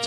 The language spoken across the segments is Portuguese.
It's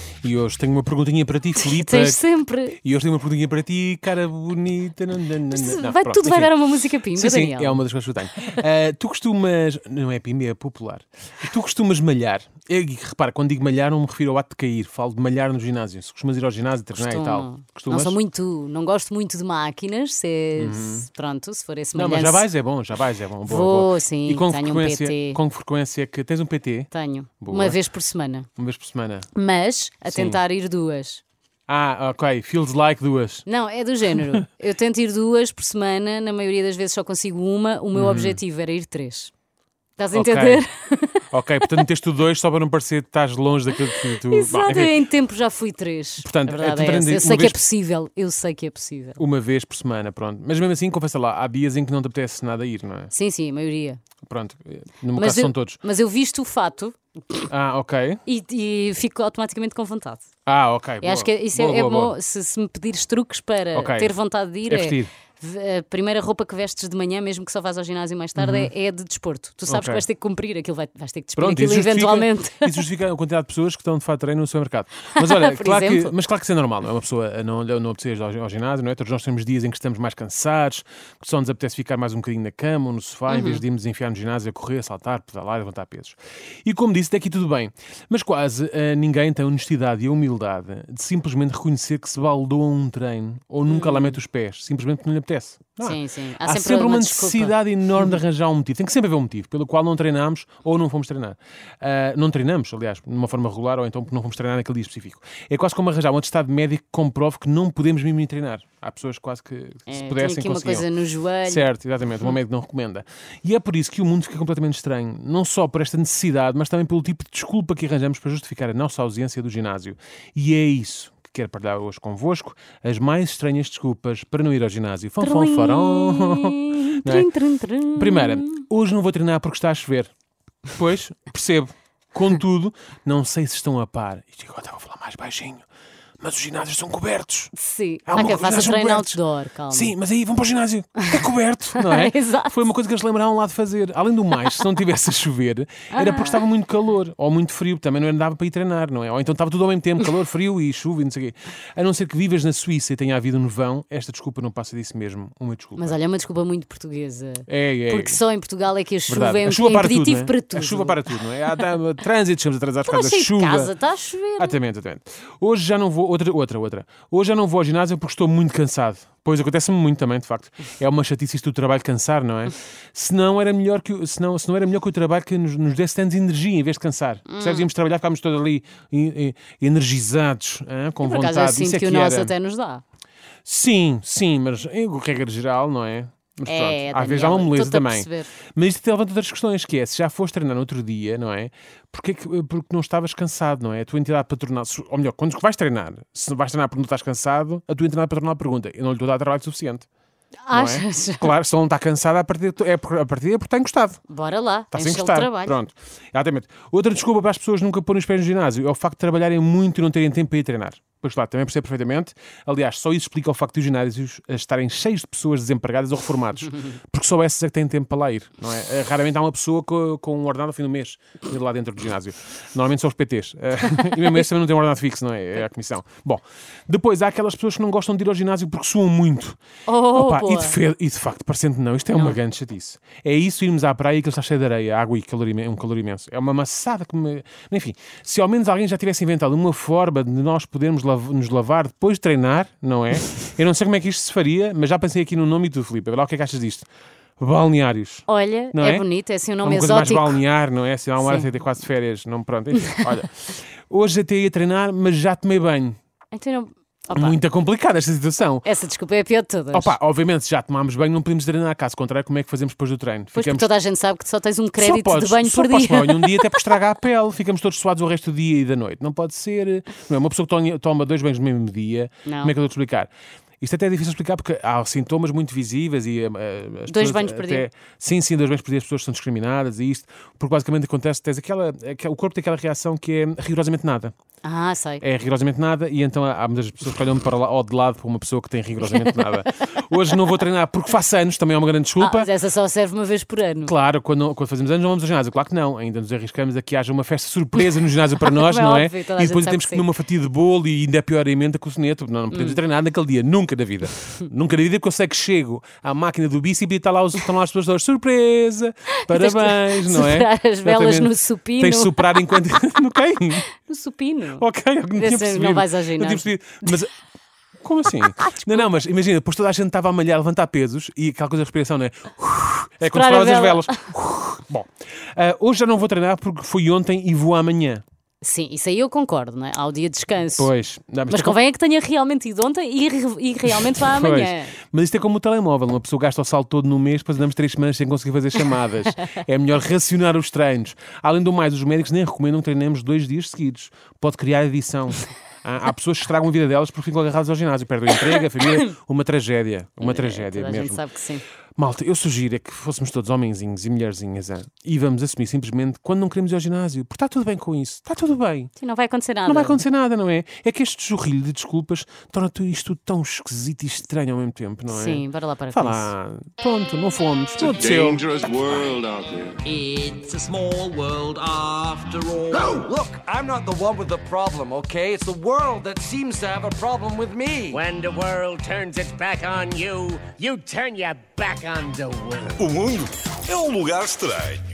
E hoje tenho uma perguntinha para ti, Filipe. Tens sempre. E hoje tenho uma perguntinha para ti, cara bonita. Não, não, não, não. vai, Pronto, tudo vai enfim. dar uma música pimba, Sim, sim, Daniel. é uma das coisas que eu tenho. Ah, tu costumas. Não é pimba, é popular. Tu costumas malhar. Eu, e repara, quando digo malhar, não me refiro ao ato de cair. Falo de malhar no ginásio. Se costumas ir ao ginásio, treinar é, e tal. Costumo. Costumas? Uhum. Não sou muito, não gosto muito de máquinas, se é- se- pronto, se for esse Não, mas malhance, já vais, é bom, já vais, é bom. boa, Vou, boa. sim, E com que tenho um frequência, PT. com que frequência é que tens um PT? Tenho. Boa. Uma vez por semana. Uma vez um por semana. Mas a tentar ir duas. Ah, ok. Feels like duas. Não, é do género. Eu tento ir duas por semana, na maioria das vezes só consigo uma. O meu objetivo era ir três. Estás a Uhum. Ok. entender? Ok, portanto, meteste tu dois só para não parecer que estás longe daquilo que tu. Bom, Exato, é enfim. eu em tempo já fui três. Portanto, a é tu verdade é essa. aprendi- Eu sei uma que é vez- possível, eu sei que é possível. Uma vez por semana, pronto. Mas mesmo assim, confessa lá, há dias em que não te apetece nada ir, não é? Sim, sim, a maioria. Pronto. No meu Mas caso eu, são todos. mas eu visto o fato Ah, ok. e, e fico automaticamente com vontade. Ah, ok. Eu boa. acho que isso Boa, é, é boa, boa. bom. Se, se me pedires truques para Ok. ter vontade de ir, É vestir. v- a primeira roupa que vestes de manhã, mesmo que só vás ao ginásio mais tarde, é, é de desporto. Tu sabes Uhum. Ok. que vais ter que cumprir aquilo, vai- vais ter que despir Pronto, aquilo isso justifica, eventualmente. isso justifica a quantidade de pessoas que estão de fato treino no supermercado. Mas olha, Por claro que, exemplo. mas claro que isso é normal, não é? Uma pessoa a não, não apetece ao, ao ginásio, não é? Todos nós temos dias em que estamos mais cansados, que só nos apetece ficar mais um bocadinho na cama ou no sofá, em vez Uhum. de irmos enfiar no ginásio a correr, a saltar, pedalar, a levantar pesos. E como disse, até aqui tudo bem. Mas quase ah, ninguém tem a honestidade e a humildade de simplesmente reconhecer que se baldou a um treino ou nunca lá mete os pés, simplesmente porque não lhe apetece. Não há. Uhum. Sim, sim. Há Há, sempre sempre, uma, uma desculpa. necessidade enorme de arranjar um motivo. Tem que sempre haver um motivo pelo qual não treinámos ou não fomos treinar. Ah, não treinamos, aliás, de uma forma regular ou então porque não fomos treinar naquele dia específico. É quase como arranjar um atestado médico que comprove que não podemos mesmo ir treinar. Há pessoas quase que, É, se tenho pudessem, aqui uma conseguiam. coisa no Uhum. joelho. Certo, exatamente. O médico não recomenda. E é por isso que o mundo fica completamente estranho. Não só por esta necessidade, mas também pelo tipo de desculpa que arranjamos para justificar a nossa ausência do ginásio. E é isso que quero partilhar hoje convosco. As mais estranhas desculpas para não ir ao ginásio. Fom, fom, farão. um Não é? Trim, trim, trim. Primeira, Uhum. hoje não vou treinar porque está a chover. Pois, percebo. Contudo, não sei se estão a par. Isto agora estava a falar mais baixinho. Mas os ginásios são cobertos. Sim. Há Há uma coisa, quem faça são Ah, treino cobertos. outdoor, calma. Sim, mas aí vão para o ginásio. É coberto, não é? Exato. Foi uma coisa que eles lembraram lá de fazer. Além do mais, se não tivesse a chover, era Ah. porque estava muito calor ou muito frio. Também não andava para ir treinar, não é? Ou então estava tudo ao mesmo tempo, calor, frio e chuva e não sei o quê. A não ser que vivas na Suíça e tenha havido um nevão, esta desculpa não passa disso mesmo. Uma desculpa. Mas olha, é uma desculpa muito portuguesa. É, é. Porque só em Portugal é que a chuva Verdade. é um a chuva para tudo, impeditivo não é? para tudo. A chuva para tudo, não é? Há tá- trânsito, estamos atrasados por causa da Estava cheio chuva. Ah, de casa, está a chover. Exatamente, exatamente. Hoje já não vou. Outra, outra, outra. Hoje já não vou ao ginásio porque estou muito cansado. Pois acontece-me muito também, de facto. É uma chatice isto do trabalho cansar, não é? Se não era melhor que, o- se não, se não era melhor que o trabalho que nos, nos desse tanta energia em vez de cansar. Percebes? Hum. Íamos trabalhar, ficámos todos ali e- e- energizados, hã? com Por vontade. acaso eu sinto Isso é que o nosso era. até nos dá. Sim, sim, mas em regra geral, não é? Mas pronto, É, às vezes há Daniel, uma moleza estou-te a também. perceber. Mas isto até levanta outras questões, que é, se já foste treinar no outro dia, não é? Porque, porque não estavas cansado, não é? A tua entidade patronal, se- ou melhor, quando vais treinar, se não vais treinar porque não estás cansado, a tua entidade patronal pergunta, eu não lhe estou a dar trabalho suficiente, não é? Achas? Claro, se ela não está cansada, a partir, é por- a partir é porque está encostado. Bora lá, Está Tá sem enche-lhe de gostar. é trabalho. Pronto. Exatamente. Outra desculpa para as pessoas nunca pôr os pés no ginásio é o facto de trabalharem muito e não terem tempo para ir treinar. Pois claro, também percebo perfeitamente. Aliás, só isso explica o facto de os ginásios estarem cheios de pessoas desempregadas ou reformados. Porque só essas é que têm tempo para lá ir, não é? Eh, Raramente há uma pessoa co- com, um ordenado ao fim do mês ir lá dentro do ginásio. Normalmente são os PTs. Eh, E mesmo esse também não tem um ordenado fixo, não é? É a comissão. Bom, depois há aquelas pessoas que não gostam de ir ao ginásio porque suam muito. Oh, Opa, e, boa. de fe- é, e de facto, parecendo que não, isto é uma grande chatice. É isso irmos à praia e que está cheio de areia, água e calor, imen- um calor imenso. É uma maçada que me. Enfim, se ao menos alguém já tivesse inventado uma forma de nós podermos lav- nos lavar depois de treinar, não é? Eu não sei como é que isto se faria, mas já pensei aqui no nome do Filipe. Vê lá o que é que achas disto? Balneários. Olha, Não é, é? bonito, é assim um É nome uma coisa mais exótico. balnear, não é? Se há uma hora Sim. até quase de férias, não pronto. Enfim, olha. Hoje até ia treinar, mas já tomei banho. Então não- Opa. Muito complicada esta situação. Essa desculpa é a pior de todas. Opa, obviamente, se já tomámos banho, não podemos drenar. Caso contrário, como é que fazemos depois do treino? Pois porque Ficamos toda a gente sabe que só tens um crédito só podes, de banho só por podes dia. tomar banho um dia até porque estraga a pele. Ficamos todos suados o resto do dia e da noite. Não pode ser. Não é uma pessoa que to- toma dois banhos no mesmo dia. Não. Como é que eu vou te explicar? Isto até é difícil de explicar porque há sintomas muito visíveis e eh, as Dois pessoas banhos por até- dia. Sim, sim, dois banhos por dia as pessoas são discriminadas e isto, porque basicamente acontece, tens aquela, aquela- o corpo tem aquela reação que é rigorosamente nada. Ah, sei. É rigorosamente nada e então há há muitas pessoas que olham para lá ou de lado para uma pessoa que tem rigorosamente nada. Hoje não vou treinar porque faço anos, também é uma grande Ah, desculpa. mas essa só serve uma vez por ano. Claro, quando, quando fazemos anos não vamos ao ginásio. Claro que não, ainda nos arriscamos a que haja uma festa surpresa no ginásio para nós, Como é não é? óbvio, toda a E gente depois sabe temos que que comer sim. Hum. uma fatia de bolo e ainda é pior a emenda com o soneto. Não, não podemos treinar naquele dia, nunca na vida. Nunca na vida, porque eu sei que chego à máquina do bíceps e está lá, os- estão lá as pessoas todas, surpresa, Tens que parabéns, não é? superar as velas Exatamente. no supino. Tens de superar enquanto. no quem? No supino. Ok, eu não tinha Esse não percebido. vais ao Não tinha ginásio. Ah, percebido. Mas como assim? não, não, mas imagina, depois toda a gente estava a malhar, a levantar pesos e aquela coisa da respiração, não é? É quando Soprar a separas as vela. velas. Bom, ah, hoje já não vou treinar porque fui ontem e vou amanhã. Sim, isso aí eu concordo, não é? Há o dia de descanso. Pois. Não, Mas convém é que tenha realmente ido ontem e, re- e realmente vá amanhã. Pois. Mas isto é como o telemóvel, uma pessoa gasta o saldo todo no mês, depois andamos três semanas sem conseguir fazer chamadas. é melhor racionar os treinos. Além do mais, os médicos nem recomendam que treinemos dois dias seguidos. Pode criar edição. Há, há pessoas que estragam a vida delas porque ficam agarradas ao ginásio, perdem o emprego, a família. Uma tragédia. Uma tragédia Toda a gente É mesmo. sabe que sim. Malta, eu sugiro é que fôssemos todos homenzinhos e mulherzinhas hã? e vamos assumir simplesmente quando não queremos ir ao ginásio, porque está tudo bem com isso, está tudo bem. Sim, não vai acontecer nada. Não vai acontecer nada, não é? É que este jorrilho de desculpas torna tudo isto tão esquisito e estranho ao mesmo tempo, não é? Sim, bora lá para com isso. Fala. Pronto, não fomos. Não It's a aconteceu. dangerous world out there. It's a small world after all. Look, I'm not the one with the problem, okay? It's the world that seems to have a problem with me. When the world turns its back on you, you turn your back on the world. O mundo é um lugar estranho.